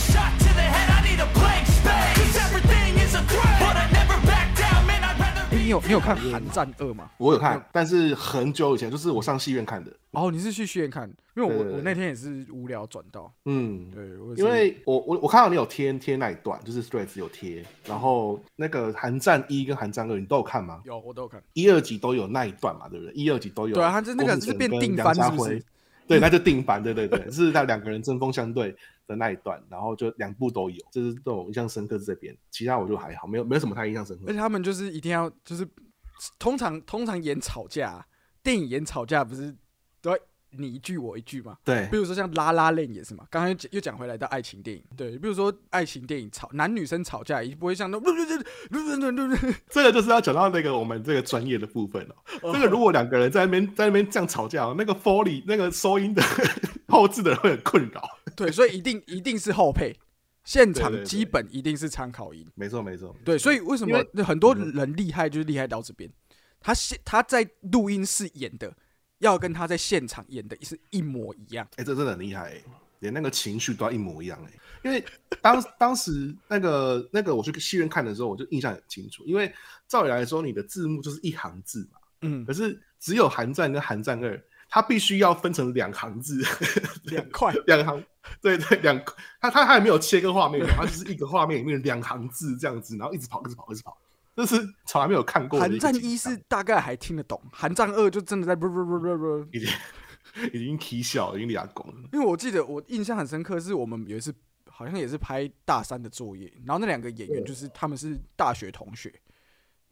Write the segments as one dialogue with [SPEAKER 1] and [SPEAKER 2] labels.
[SPEAKER 1] 你有你有看《寒战二》吗？
[SPEAKER 2] 我有看，但是很久以前，就是我上戏院看的。
[SPEAKER 1] 哦，你是去戏院看？因为
[SPEAKER 2] 对对
[SPEAKER 1] 我
[SPEAKER 2] 对
[SPEAKER 1] 我那天也是无聊转到，
[SPEAKER 2] 嗯，
[SPEAKER 1] 对，我也是
[SPEAKER 2] 因为我我我看到你有贴贴那一段，就是 Threads 有贴，然后那个《寒战一》跟《寒战二》你都有看吗？
[SPEAKER 1] 有我都有看，
[SPEAKER 2] 一二集都有那一段嘛，对不对？一二集都有。
[SPEAKER 1] 对啊他是那个
[SPEAKER 2] 郭富城
[SPEAKER 1] 是变
[SPEAKER 2] 跟
[SPEAKER 1] 定
[SPEAKER 2] 梁
[SPEAKER 1] 番
[SPEAKER 2] 家
[SPEAKER 1] 是不是
[SPEAKER 2] 辉？对，那就定番，对对对，是那两个人针锋相对的那一段，然后就两部都有，这是对我印象深刻是这边，其他我就还好，没有没有什么太印象深
[SPEAKER 1] 而
[SPEAKER 2] 刻。
[SPEAKER 1] 且他们就是一定要就是通常通常演吵架啊，电影演吵架不是都要你一句我一句吗？
[SPEAKER 2] 对
[SPEAKER 1] 比，如说像《拉拉链》也是嘛，刚刚又讲又讲回来到爱情电影，对，比如说爱情电影吵男女生吵架，也不会像那种
[SPEAKER 2] 这个就是要讲到那个我们这个专业的部分哦。这个如果两个人在那边在那边这样吵架、哦，那个 Foley 那个收音的 后置的人会很困扰。
[SPEAKER 1] 对，所以一定一定是后配，现
[SPEAKER 2] 对对
[SPEAKER 1] 场
[SPEAKER 2] 对
[SPEAKER 1] 基本一定是参考音。
[SPEAKER 2] 没错没错，
[SPEAKER 1] 对，所以为什
[SPEAKER 2] 因
[SPEAKER 1] 么
[SPEAKER 2] 为嗯
[SPEAKER 1] 很多人厉害就是厉害到这边，他现他在录音室演的，要跟他在现场演的是一模一样。
[SPEAKER 2] 哎、这真的很厉害、欸，连那个情绪都要一模一样哎、因为 当当时那个那个我去戏院看的时候，我就印象很清楚，因为照理来说你的字幕就是一行字嘛，
[SPEAKER 1] 嗯，
[SPEAKER 2] 可是只有韩战跟韩战二，它必须要分成两行字，
[SPEAKER 1] 两块，
[SPEAKER 2] 两行，对对，两，他他还没有切割画面，他就是一个画面里面两行字这样子，然后一直跑，一直跑，一直跑，这是从来没有看过的
[SPEAKER 1] 韩
[SPEAKER 2] 一个
[SPEAKER 1] 战
[SPEAKER 2] 景象。
[SPEAKER 1] 一是大概还听得懂，韩战二就真的在不不不不不。
[SPEAKER 2] 已经已经踢笑，已经俩拱了。
[SPEAKER 1] 因为我记得我印象很深刻，是我们有一次好像也是拍大三的作业，然后那两个演员就是他们是大学同学，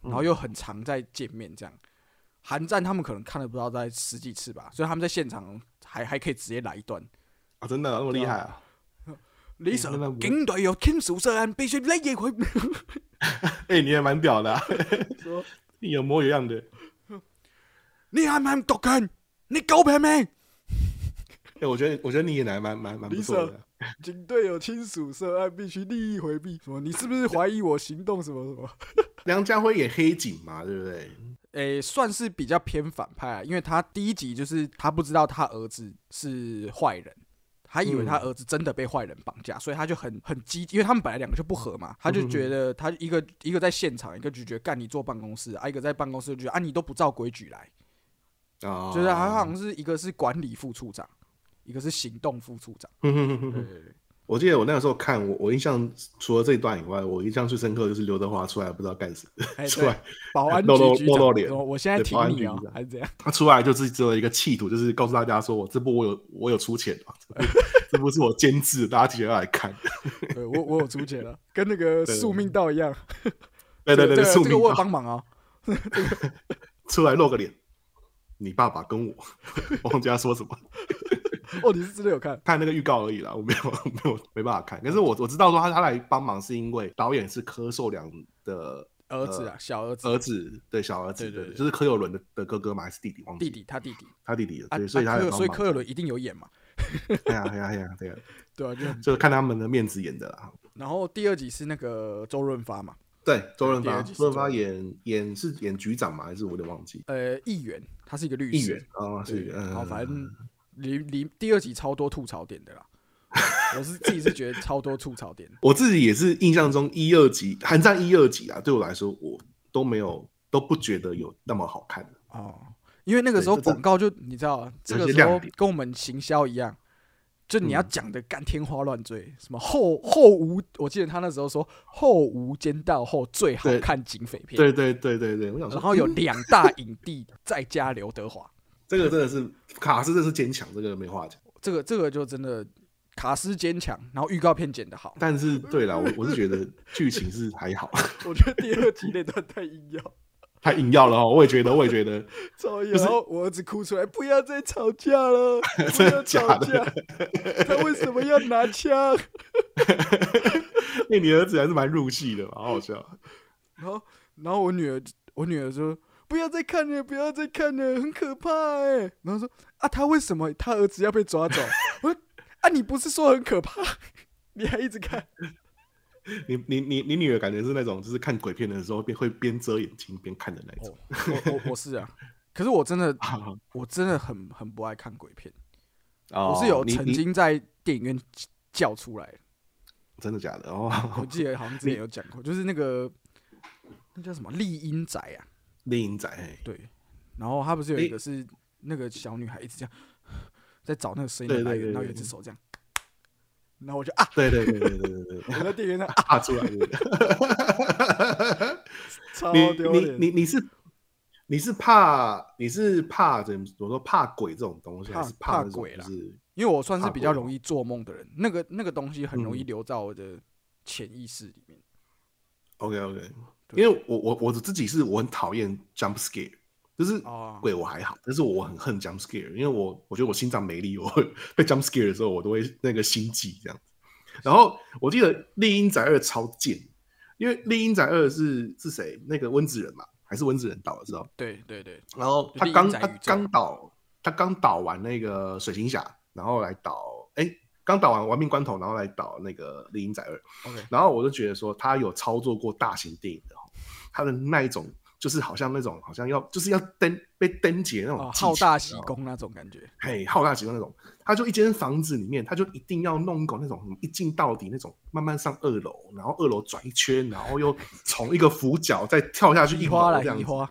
[SPEAKER 2] 嗯
[SPEAKER 1] 然后又很常在见面这样。韩战他们可能看了不知道在十几次吧，所以他们在现场还还可以直接来一段。
[SPEAKER 2] 啊，真的那么厉害啊！
[SPEAKER 1] 李
[SPEAKER 2] 那那
[SPEAKER 1] Sir，
[SPEAKER 2] 我
[SPEAKER 1] 警隊有傾訴涉案，必須拉嘢佢。
[SPEAKER 2] 哎、你也蛮屌的、啊，你有模有样的。
[SPEAKER 1] 你係咪獨強？你狗屁咩？
[SPEAKER 2] 哎、我觉得我觉得你也蛮蛮蛮蛮不错的。啊
[SPEAKER 1] 警队有亲属涉案，必须利益回避。什哦么？你是不是怀疑我行动？什么什 么？
[SPEAKER 2] 梁家辉也黑警嘛，对不对？
[SPEAKER 1] 诶、算是比较偏反派、啊，因为他第一集就是他不知道他儿子是坏人，他以为他儿子真的被坏人绑架，所以他就很很激，因为他们本来两个就不合嘛，他就觉得他一个一个在现场，一个就觉得干你坐办公室，啊一个在办公室就觉得啊你都不照规矩来，
[SPEAKER 2] 啊，
[SPEAKER 1] 就是他好像是一个是管理副处长，一个是行动副处长，对对对，
[SPEAKER 2] 我记得我那个时候看我，我印象除了这一段以外，我印象最深刻的就是刘德华出来不知道干什
[SPEAKER 1] 哎
[SPEAKER 2] 么， 出
[SPEAKER 1] 对
[SPEAKER 2] 来，
[SPEAKER 1] 保安
[SPEAKER 2] 露露
[SPEAKER 1] 局局长
[SPEAKER 2] 露露脸
[SPEAKER 1] 什么我现在
[SPEAKER 2] 对
[SPEAKER 1] 挺
[SPEAKER 2] 保安
[SPEAKER 1] 你
[SPEAKER 2] 局
[SPEAKER 1] 哦、
[SPEAKER 2] 局长
[SPEAKER 1] 还是怎样？
[SPEAKER 2] 他出来就是只有一个企图，就是告诉大家说我这部我有我有出钱啊，这部这部是我监制的，大家记得要来 看。
[SPEAKER 1] 对我我有竹节了，跟那个
[SPEAKER 2] 对
[SPEAKER 1] 宿命道一样，
[SPEAKER 2] 对 对对
[SPEAKER 1] 这个
[SPEAKER 2] 对，宿
[SPEAKER 1] 这个
[SPEAKER 2] 命
[SPEAKER 1] 我有
[SPEAKER 2] 道
[SPEAKER 1] 帮忙哦、
[SPEAKER 2] 出来露个脸，你爸爸跟我， 我忘记他说什么，
[SPEAKER 1] 哦，你是真的有 看？
[SPEAKER 2] 看那个预告而已啦，我没有 没有没办法看，可是我我知道说他他来帮忙是因为导演是柯受良的
[SPEAKER 1] 儿子啊，小儿子，
[SPEAKER 2] 呃儿子，对小儿子，
[SPEAKER 1] 对对对
[SPEAKER 2] 对就是柯有伦的的哥哥嘛，还是弟弟？忘
[SPEAKER 1] 弟
[SPEAKER 2] 记
[SPEAKER 1] 弟，他弟弟
[SPEAKER 2] 他弟弟了，
[SPEAKER 1] 啊，
[SPEAKER 2] 对，所以
[SPEAKER 1] 啊
[SPEAKER 2] 他来
[SPEAKER 1] 柯有
[SPEAKER 2] 帮忙
[SPEAKER 1] 所以柯有伦一定有演嘛，
[SPEAKER 2] 对啊对啊对啊对啊，
[SPEAKER 1] 对啊，就很
[SPEAKER 2] 就是看他们的面子演的啦。
[SPEAKER 1] 然后第二集是那个周润发嘛，
[SPEAKER 2] 对，周润
[SPEAKER 1] 第二
[SPEAKER 2] 发，
[SPEAKER 1] 集是
[SPEAKER 2] 周润
[SPEAKER 1] 周
[SPEAKER 2] 发演演是演局长嘛，还是我有点忘记。
[SPEAKER 1] 呃，议员，他是一个律
[SPEAKER 2] 议
[SPEAKER 1] 师，
[SPEAKER 2] 员啊，是议
[SPEAKER 1] 对，
[SPEAKER 2] 员，
[SPEAKER 1] 然后
[SPEAKER 2] 嗯，
[SPEAKER 1] 反正离离第二集超多吐槽点的啦，我是自己是觉得超多吐槽点的，
[SPEAKER 2] 我自己也是印象中一二集，韩战一二集啊，对我来说我都没有都不觉得有那么好看的。
[SPEAKER 1] 哦，因为那个时候
[SPEAKER 2] 对这
[SPEAKER 1] 广
[SPEAKER 2] 真
[SPEAKER 1] 告就你知道，这
[SPEAKER 2] 有
[SPEAKER 1] 个
[SPEAKER 2] 些
[SPEAKER 1] 时候
[SPEAKER 2] 亮点
[SPEAKER 1] 跟我们行销一样，就你要讲的干天花乱坠，什
[SPEAKER 2] 嗯
[SPEAKER 1] 么后后无，我记得他那时候说后无间道后最好
[SPEAKER 2] 对
[SPEAKER 1] 看警匪片，
[SPEAKER 2] 对对对对对，我想
[SPEAKER 1] 然
[SPEAKER 2] 说
[SPEAKER 1] 后有两大影帝，再加刘德华，
[SPEAKER 2] 这个真的是卡斯，真是坚强，这个没话讲。
[SPEAKER 1] 这个这个就真的卡斯坚强，然后预告片剪得好。
[SPEAKER 2] 但是对了，我我是觉得剧情是还好，
[SPEAKER 1] 我觉得第二集那段太硬 要，
[SPEAKER 2] 太硬要了哦。我也觉得，我也觉得，
[SPEAKER 1] 超硬。然后我儿子哭出来，不要再吵架 了，不
[SPEAKER 2] 真
[SPEAKER 1] 要
[SPEAKER 2] 的
[SPEAKER 1] 吵
[SPEAKER 2] 假
[SPEAKER 1] 架
[SPEAKER 2] 的。
[SPEAKER 1] 他为什么要拿枪？
[SPEAKER 2] 那你儿子还是蛮入戏的，好好笑。
[SPEAKER 1] 然后然后我女儿我女儿说。不要再看了，不要再看了，很可怕哎、然后说啊，他为什么他儿子要被抓走？ 我说啊，你不是说很可怕， 你还一直看？
[SPEAKER 2] 你你你你女儿感觉是那种，就是看鬼片的时候边会边遮眼睛边看的那种。
[SPEAKER 1] 哦，我我我是啊，可是我真的
[SPEAKER 2] 啊
[SPEAKER 1] 我真的很很不爱看鬼片，
[SPEAKER 2] 哦
[SPEAKER 1] 我是有
[SPEAKER 2] 你
[SPEAKER 1] 曾
[SPEAKER 2] 你
[SPEAKER 1] 经在电影院叫出来的，
[SPEAKER 2] 真的假的
[SPEAKER 1] 我
[SPEAKER 2] 哦？
[SPEAKER 1] 记得好像之前有讲过，就是那个那叫什么丽英宅啊，
[SPEAKER 2] 猎鹰仔，嘿
[SPEAKER 1] 对，然后他不是有一个是那个小女孩一直这样在找那个声音的
[SPEAKER 2] 对对
[SPEAKER 1] 来源，
[SPEAKER 2] 对
[SPEAKER 1] 然后
[SPEAKER 2] 对
[SPEAKER 1] 有一只手这样，然后我就啊，
[SPEAKER 2] 对对对对对对 对，
[SPEAKER 1] 我在店员那
[SPEAKER 2] 啊出来的。
[SPEAKER 1] 超
[SPEAKER 2] 你
[SPEAKER 1] 哦丢
[SPEAKER 2] 你
[SPEAKER 1] 脸，
[SPEAKER 2] 你你是你是怕你是怕怎么怎么说怕鬼这种东西，
[SPEAKER 1] 怕
[SPEAKER 2] 还是
[SPEAKER 1] 怕
[SPEAKER 2] 那种
[SPEAKER 1] 鬼
[SPEAKER 2] 就
[SPEAKER 1] 啦
[SPEAKER 2] 是
[SPEAKER 1] 因为我算是
[SPEAKER 2] 怕
[SPEAKER 1] 比
[SPEAKER 2] 鬼
[SPEAKER 1] 较
[SPEAKER 2] 吗
[SPEAKER 1] 容易做梦的人，那个那个东西很容易
[SPEAKER 2] 啊嗯
[SPEAKER 1] 留在我的潜意识里面。
[SPEAKER 2] OK OK？
[SPEAKER 1] 对
[SPEAKER 2] 因为我我我自己是我很讨厌 jump scare，就是
[SPEAKER 1] 哦
[SPEAKER 2] 鬼我还好，但是我很恨 jump scare，因为我我觉得我心脏没力，我会 被 jump scare 的时候，我都会那个心悸这样。然后我记得《猎鹰仔二》超贱，因为《猎鹰仔二是》是谁？那个温子仁嘛，还是温子仁导的？知道？
[SPEAKER 1] 对对对，
[SPEAKER 2] 然后
[SPEAKER 1] 就哦
[SPEAKER 2] 他
[SPEAKER 1] 猎鹰
[SPEAKER 2] 刚
[SPEAKER 1] 仔
[SPEAKER 2] 他
[SPEAKER 1] 宇宙
[SPEAKER 2] 刚导他刚导完那个水行侠，然后来导哎刚导完亡命关头，然后来导那个《猎鹰仔二》。
[SPEAKER 1] OK，
[SPEAKER 2] 然后我就觉得说，他有操作过大型电影的哦，他的那一种就是好像那种好像要就是要登被登劫那种
[SPEAKER 1] 哦，
[SPEAKER 2] 技
[SPEAKER 1] 好
[SPEAKER 2] 巧啊
[SPEAKER 1] 大
[SPEAKER 2] 你知
[SPEAKER 1] 喜
[SPEAKER 2] 道吗
[SPEAKER 1] 功那种感觉，
[SPEAKER 2] 嘿，浩大集团那种，他就一间房子里面，他就一定要弄一个那种什么一进到底那种，慢慢上二楼，然后二楼转一圈，然后又从一个俯角再跳下去一
[SPEAKER 1] 移
[SPEAKER 2] 楼
[SPEAKER 1] 花来
[SPEAKER 2] 这样
[SPEAKER 1] 移
[SPEAKER 2] 子，
[SPEAKER 1] 花，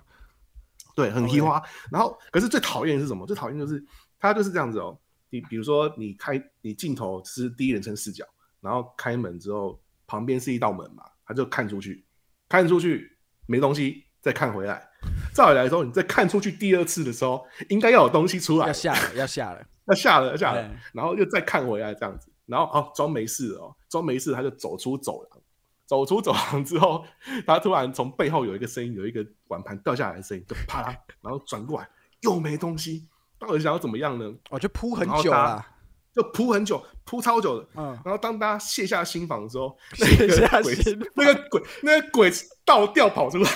[SPEAKER 2] 对，很
[SPEAKER 1] 哦 OK
[SPEAKER 2] 移花。然后，可是最讨厌的是什么？最讨厌就是他就是这样子哦，你比如说你开你镜头是第一人称视角，然后开门之后旁边是一道门嘛，他就看出去，看出去没东西，再看回来。照理来说，你再看出去第二次的时候，应该要有东西出来
[SPEAKER 1] 要，下了要下了，
[SPEAKER 2] 要下了，要下了
[SPEAKER 1] 哎，
[SPEAKER 2] 然后又再看回来这样子，然后哦装没事了哦，装没事，他就走出走廊，走出走廊之后，他突然从背后有一个声音，有一个碗盘掉下来的声音，就啪啦，然后转过来又没东西，到底想要怎么样呢？
[SPEAKER 1] 我哦就铺很
[SPEAKER 2] 然后
[SPEAKER 1] 久
[SPEAKER 2] 搭
[SPEAKER 1] 了，
[SPEAKER 2] 就铺很久，铺超久的。
[SPEAKER 1] 嗯，
[SPEAKER 2] 然后当大家卸下心防的时候，那
[SPEAKER 1] 卸下
[SPEAKER 2] 个鬼
[SPEAKER 1] 心防，
[SPEAKER 2] 那个鬼，那个鬼倒吊跑出来，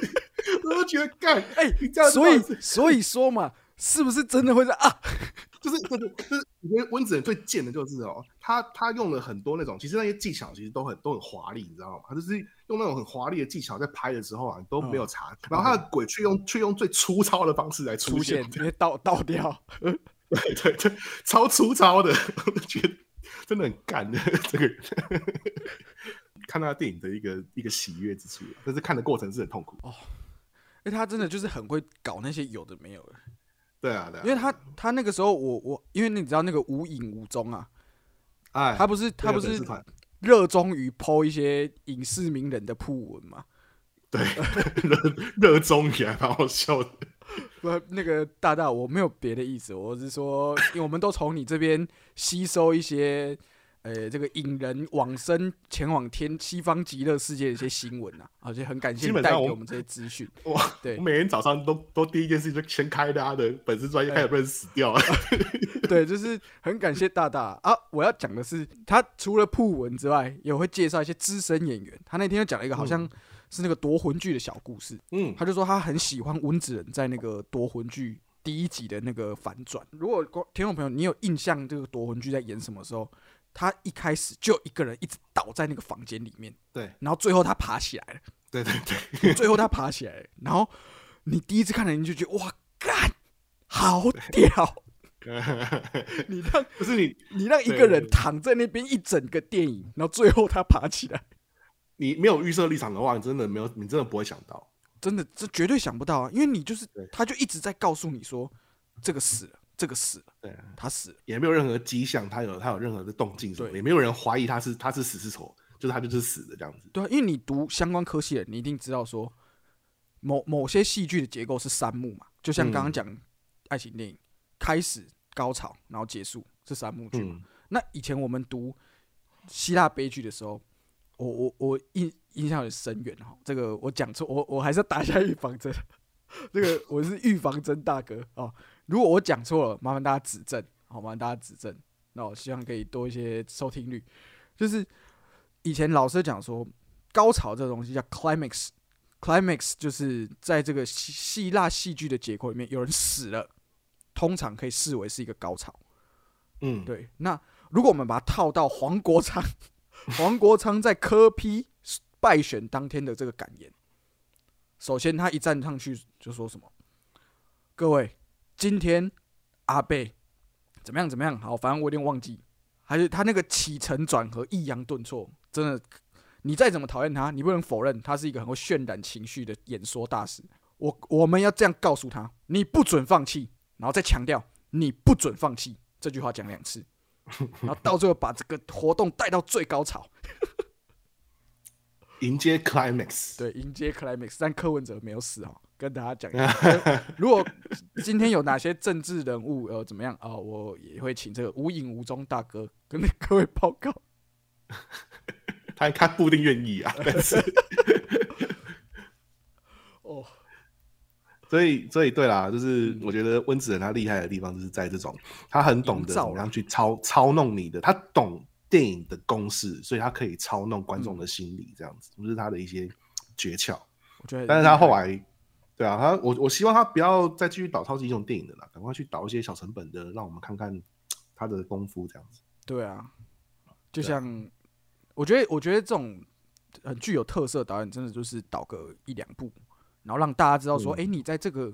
[SPEAKER 2] 我就觉得干，
[SPEAKER 1] 哎、
[SPEAKER 2] 你这样
[SPEAKER 1] 所以
[SPEAKER 2] 到底是
[SPEAKER 1] 所以说嘛，是不是真的会在啊？
[SPEAKER 2] 就是就是就是，我觉得温子仁最贱的就是哦，他他用了很多那种，其实那些技巧其实都很都很华丽，你知道吗？他就是用那种很华丽的技巧在拍的时候啊，你都没
[SPEAKER 1] 嗯
[SPEAKER 2] 有察觉，然后他的鬼却用却用最粗糙的方式来
[SPEAKER 1] 出现
[SPEAKER 2] 现，
[SPEAKER 1] 因为倒倒掉，
[SPEAKER 2] 对对对，超粗糙的， 我就觉得真的很干的这个人。 看他电影的一个一个喜悦之处，啊但是看的过程是很痛苦。
[SPEAKER 1] 因为他真的就是很会搞那些有的没有的，
[SPEAKER 2] 对啊，对啊，
[SPEAKER 1] 因为他他那个时候我我因为你知道那个无影无踪啊，
[SPEAKER 2] 哎，
[SPEAKER 1] 他不是他不
[SPEAKER 2] 日本
[SPEAKER 1] 是
[SPEAKER 2] 是团
[SPEAKER 1] 热衷于剖一些影视名人的铺文嘛，
[SPEAKER 2] 对热热衷也还蛮好笑的。
[SPEAKER 1] 不，那个大大，我没有别的意思，我是说，因为我们都从你这边吸收一些，呃，这个引人往生前往天西方极乐世界的一些新闻啊，而且很感谢
[SPEAKER 2] 基
[SPEAKER 1] 你
[SPEAKER 2] 本
[SPEAKER 1] 带
[SPEAKER 2] 上
[SPEAKER 1] 给
[SPEAKER 2] 我
[SPEAKER 1] 我们这些资讯。
[SPEAKER 2] 哇，
[SPEAKER 1] 对
[SPEAKER 2] 我每天早上都都第一件事就先开他的粉丝专业，看有没有人死掉啊。
[SPEAKER 1] 对，就是很感谢大大啊！我要讲的是，他除了铺文之外，也会介绍一些资深演员。他那天又讲了一个好像是那个夺魂剧的小故事，
[SPEAKER 2] 嗯，
[SPEAKER 1] 他就说他很喜欢温子仁在那个夺魂剧第一集的那个反转。如果观听众朋友你有印象，这个夺魂剧在演什么时候？他一开始就有一个人一直倒在那个房间里面，
[SPEAKER 2] 对
[SPEAKER 1] 然后最后他爬起来了，
[SPEAKER 2] 对对对，
[SPEAKER 1] 最后他爬起来了，然后你第一次看了你就觉得哇，干，好屌！哦你让
[SPEAKER 2] 不是你
[SPEAKER 1] 你让一个人躺在那边一整个电影，然后最后他爬起来，
[SPEAKER 2] 你没有预设立场的话，你真的没有，你真的不会想到。
[SPEAKER 1] 真的这绝对想不到啊！因为你就是
[SPEAKER 2] 对
[SPEAKER 1] 他就一直在告诉你说这个死了，这个死了，
[SPEAKER 2] 对啊，
[SPEAKER 1] 他死了。
[SPEAKER 2] 也没有任何迹象，他有他有任何的动静什么的，
[SPEAKER 1] 对
[SPEAKER 2] 也没有人怀疑他是他是死是活，就是他就是死的这样子。
[SPEAKER 1] 对啊，因为你读相关科系的，你一定知道说，某某些戏剧的结构是三幕嘛，就像
[SPEAKER 2] 嗯
[SPEAKER 1] 刚刚讲爱情电影，开始高潮，然后结束是三幕剧嘛。
[SPEAKER 2] 嗯，
[SPEAKER 1] 那以前我们读希腊悲剧的时候，我我我印印象很深远哈。这个我讲错，我我还是要打一下预防针。 这个我是预防针大哥哦。如果我讲错了，麻烦大家指正，好，麻烦大家指正。那我希望可以多一些收听率。就是以前老师讲说，高潮这个东西叫 climax，climax 就是在这个希希腊戏剧的结构里面，有人死了，通常可以视为是一个高潮。
[SPEAKER 2] 嗯，
[SPEAKER 1] 对，那如果我们把它套到黄国昌， 黄国昌在科批败选当天的这个感言，首先他一站上去就说什么：“各位，今天阿贝怎么样怎么样？好，反正我有点忘记。还是他那个起承转合、抑扬顿挫，真的，你再怎么讨厌他，你不能否认他是一个很会渲染情绪的演说大师。我我们要这样告诉他：你不准放弃，然后再强调你不准放弃这句话讲两 次，然后到最后把这个活动带到最高潮，
[SPEAKER 2] 迎接 climax。
[SPEAKER 1] 对，迎接 climax。但柯文哲没有死哦，跟大家讲一 下。如果今天有哪些政治人物呃怎么样啊、哦我也会请这个无影无踪大哥跟各位报告。
[SPEAKER 2] 他他不一定愿意啊，但是
[SPEAKER 1] 哦，
[SPEAKER 2] 所以所以对啦，就是
[SPEAKER 1] 嗯
[SPEAKER 2] 我觉得温子仁他厉害的地方就是在这种，他很懂得
[SPEAKER 1] 营
[SPEAKER 2] 怎
[SPEAKER 1] 造啦
[SPEAKER 2] 么样去操操弄你的，他懂电影的公式，所以他可以操弄观
[SPEAKER 1] 嗯
[SPEAKER 2] 众的心理，这样子，这、是他的一些诀窍。
[SPEAKER 1] 我觉得，
[SPEAKER 2] 但是他后来，对啊，他我我希望他不要再继续导超级英雄电影的啦，赶快去导一些小成本的，让我们看看他的功夫这样子。
[SPEAKER 1] 对啊，就像我觉得，我觉得这种很具有特色的导演，真的就是导个一两部，然后让大家知道说，
[SPEAKER 2] 嗯
[SPEAKER 1] 哎、你在这个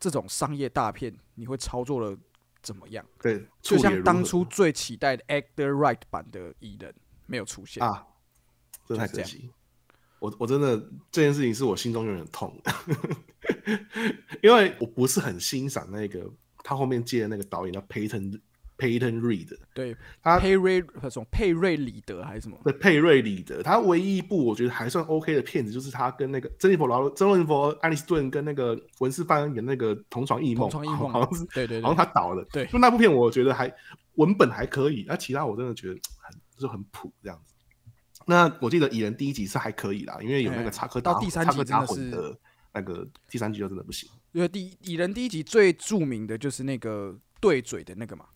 [SPEAKER 1] 这种商业大片，你会操作的怎么样？
[SPEAKER 2] 对，
[SPEAKER 1] 就
[SPEAKER 2] 处理
[SPEAKER 1] 像
[SPEAKER 2] 如
[SPEAKER 1] 当
[SPEAKER 2] 何
[SPEAKER 1] 初最期待的 Actor Right 版的蚁人没有出现，
[SPEAKER 2] 啊，真的太
[SPEAKER 1] 就是这
[SPEAKER 2] 可
[SPEAKER 1] 样
[SPEAKER 2] 惜。我我真的这件事情是我心中永远痛的，因为我不是很欣赏那个他后面接的那个导演叫 Payton Payton Reed，
[SPEAKER 1] 对，
[SPEAKER 2] 他
[SPEAKER 1] 佩瑞呃什么佩瑞里德还是什么？
[SPEAKER 2] 对佩瑞里德，他唯一一部我觉得还算 OK 的片子，就是他跟那个珍妮佛劳珍妮佛爱丽斯顿跟那个文斯范恩演那个《同床异梦
[SPEAKER 1] 同》，床异
[SPEAKER 2] 好
[SPEAKER 1] 梦
[SPEAKER 2] 好像是，
[SPEAKER 1] 对对
[SPEAKER 2] 好
[SPEAKER 1] 对
[SPEAKER 2] 像，他导的，
[SPEAKER 1] 对
[SPEAKER 2] 就那部片我觉得还文本还可以，那其他我真的觉得很就很普这样子。那我记得蚁人第一集是还可以啦，因为有那
[SPEAKER 1] 哎
[SPEAKER 2] 个插科
[SPEAKER 1] 到
[SPEAKER 2] 打诨
[SPEAKER 1] 第三
[SPEAKER 2] 插
[SPEAKER 1] 集
[SPEAKER 2] 科
[SPEAKER 1] 真
[SPEAKER 2] 打
[SPEAKER 1] 的
[SPEAKER 2] 诨
[SPEAKER 1] 是
[SPEAKER 2] 的那个第三集就真的不行。
[SPEAKER 1] 因为第一蚁人第一集最著名的就是那个对嘴的那个嘛，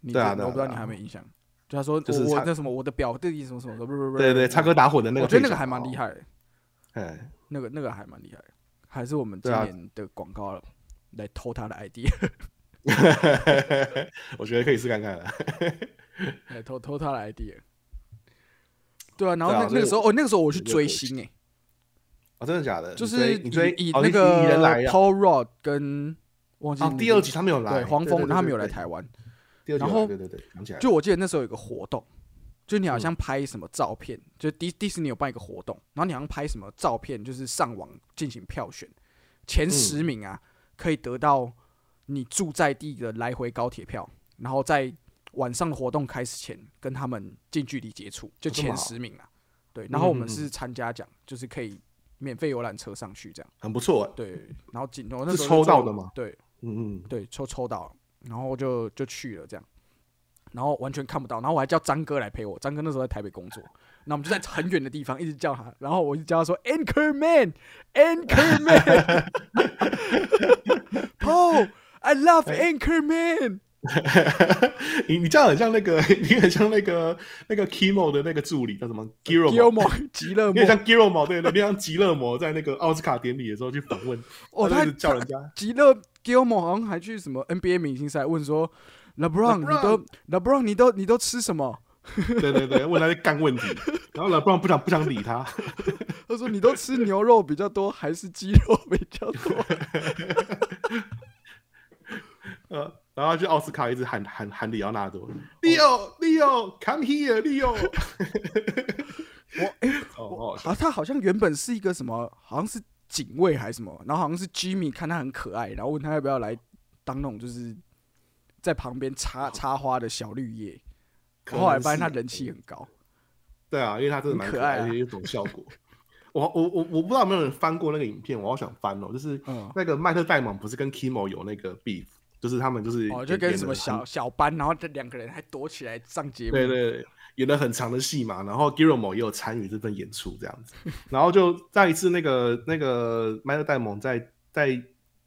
[SPEAKER 1] 你
[SPEAKER 2] 对啊
[SPEAKER 1] 知
[SPEAKER 2] 对啊
[SPEAKER 1] 我不知道
[SPEAKER 2] 对啊
[SPEAKER 1] 你还有没有印象？就他说
[SPEAKER 2] 就是
[SPEAKER 1] 我我
[SPEAKER 2] 他
[SPEAKER 1] 那什么我的表弟什么什么的，不不不，
[SPEAKER 2] 对对，插科打诨的那个，哦
[SPEAKER 1] 我觉得那个还蛮厉。害的，
[SPEAKER 2] 哎，
[SPEAKER 1] 那个那个还蛮厉害的，还是我们今
[SPEAKER 2] 对啊
[SPEAKER 1] 年的广告了。来偷他的 ID，
[SPEAKER 2] 我觉得可以试看看啊啦。
[SPEAKER 1] 来偷偷他的 ID，对啊，然后
[SPEAKER 2] 对啊
[SPEAKER 1] 那那
[SPEAKER 2] 所以
[SPEAKER 1] 个时候，哦，那个时候我去
[SPEAKER 2] 我觉得
[SPEAKER 1] 追
[SPEAKER 2] 可以
[SPEAKER 1] 星哎，
[SPEAKER 2] 哦，真的假的？
[SPEAKER 1] 就
[SPEAKER 2] 你追
[SPEAKER 1] 是
[SPEAKER 2] 你追
[SPEAKER 1] 以以
[SPEAKER 2] 哦
[SPEAKER 1] 那
[SPEAKER 2] 你以
[SPEAKER 1] 个
[SPEAKER 2] 人来呀？
[SPEAKER 1] Paul Rod 跟忘记
[SPEAKER 2] 哦，
[SPEAKER 1] 名
[SPEAKER 2] 第
[SPEAKER 1] 字
[SPEAKER 2] 二集他没有来，
[SPEAKER 1] 对黄
[SPEAKER 2] 对
[SPEAKER 1] 蜂，
[SPEAKER 2] 对
[SPEAKER 1] 他
[SPEAKER 2] 对
[SPEAKER 1] 没有来
[SPEAKER 2] 对
[SPEAKER 1] 台湾，
[SPEAKER 2] 第二集
[SPEAKER 1] 然
[SPEAKER 2] 有
[SPEAKER 1] 后
[SPEAKER 2] 来对对对，想起来了，
[SPEAKER 1] 就我记得那时候有一个活动，就你好
[SPEAKER 2] 嗯
[SPEAKER 1] 像拍什么照片，就迪迪士尼有办一个活动，然后你好像拍什么照片，就是上网进行票选，
[SPEAKER 2] 嗯
[SPEAKER 1] 前十名啊、可以得到你住在地的来回高铁票，然后在晚上的活动开始前跟他们近距离接触，就
[SPEAKER 2] 哦这么
[SPEAKER 1] 前
[SPEAKER 2] 好
[SPEAKER 1] 十名啊。对，然后我们
[SPEAKER 2] 嗯嗯嗯
[SPEAKER 1] 是参加奖，就是可以免费游览车上去这样。
[SPEAKER 2] 很不错哎。
[SPEAKER 1] 对，然后紧我那
[SPEAKER 2] 是
[SPEAKER 1] 时候
[SPEAKER 2] 抽
[SPEAKER 1] 就
[SPEAKER 2] 到
[SPEAKER 1] 做
[SPEAKER 2] 的吗？
[SPEAKER 1] 对，
[SPEAKER 2] 嗯嗯，
[SPEAKER 1] 对，抽抽到了，然后就就去了这样，然后完全看不到，然后我还叫张哥来陪我，张哥那时候在台北工作，那我们就在很远的地方一直叫他，然后我就叫他说 Anchor Man，Anchor Man，Paul，I love Anchor Man，
[SPEAKER 2] 你你这样很像那个， 你很像那个那个 Kimo 的那个助理叫什么 Giro，
[SPEAKER 1] 幽默 极 乐
[SPEAKER 2] 你
[SPEAKER 1] 梦
[SPEAKER 2] 很，像 Giro 嘛？对对，你很像吉勒摩在那个奥斯卡典礼的时候去访问，
[SPEAKER 1] 哦，
[SPEAKER 2] 他
[SPEAKER 1] 他
[SPEAKER 2] 就一直叫人家
[SPEAKER 1] 极乐 Gilmore 好像还去什么 NBA 明星赛问说 LeBron 你都 LeBron 你都你都吃什么？
[SPEAKER 2] 对对 对，问他在干问题，然后呢，不然不想不想理他，
[SPEAKER 1] 他说你都吃牛肉比较多还是鸡肉比较多？
[SPEAKER 2] 呃，
[SPEAKER 1] 嗯
[SPEAKER 2] 然后他去奥斯卡一直喊喊喊里奥纳
[SPEAKER 1] 哦
[SPEAKER 2] 多，Leo Leo come here Leo，我哦哦，
[SPEAKER 1] 好，他好像原本是一个什么，好像是警卫还是什么，然后好像是 Jimmy 看他很可爱，然后问他要不要来当那种就是在旁边插插花的小绿叶。
[SPEAKER 2] 可能
[SPEAKER 1] 后来发现他
[SPEAKER 2] 是
[SPEAKER 1] 人气很高，
[SPEAKER 2] 对啊，因为他真的蛮
[SPEAKER 1] 很可
[SPEAKER 2] 可爱
[SPEAKER 1] 爱啊
[SPEAKER 2] 的，而且有种效果。我我我我不知道有没有人翻过那个影片，我好想翻哦，就是
[SPEAKER 1] 嗯
[SPEAKER 2] 那个麦特戴蒙不是跟 Kimo 有那个 beef，就是他们就是
[SPEAKER 1] 哦，就跟什么
[SPEAKER 2] 小。
[SPEAKER 1] 小小班，然后这两个人还躲起来上节目。
[SPEAKER 2] 对对对，演了很长的戏嘛，然后 Guillermo 也有参与这份演出这样子，然后就再一次那个那个麦克戴蒙在在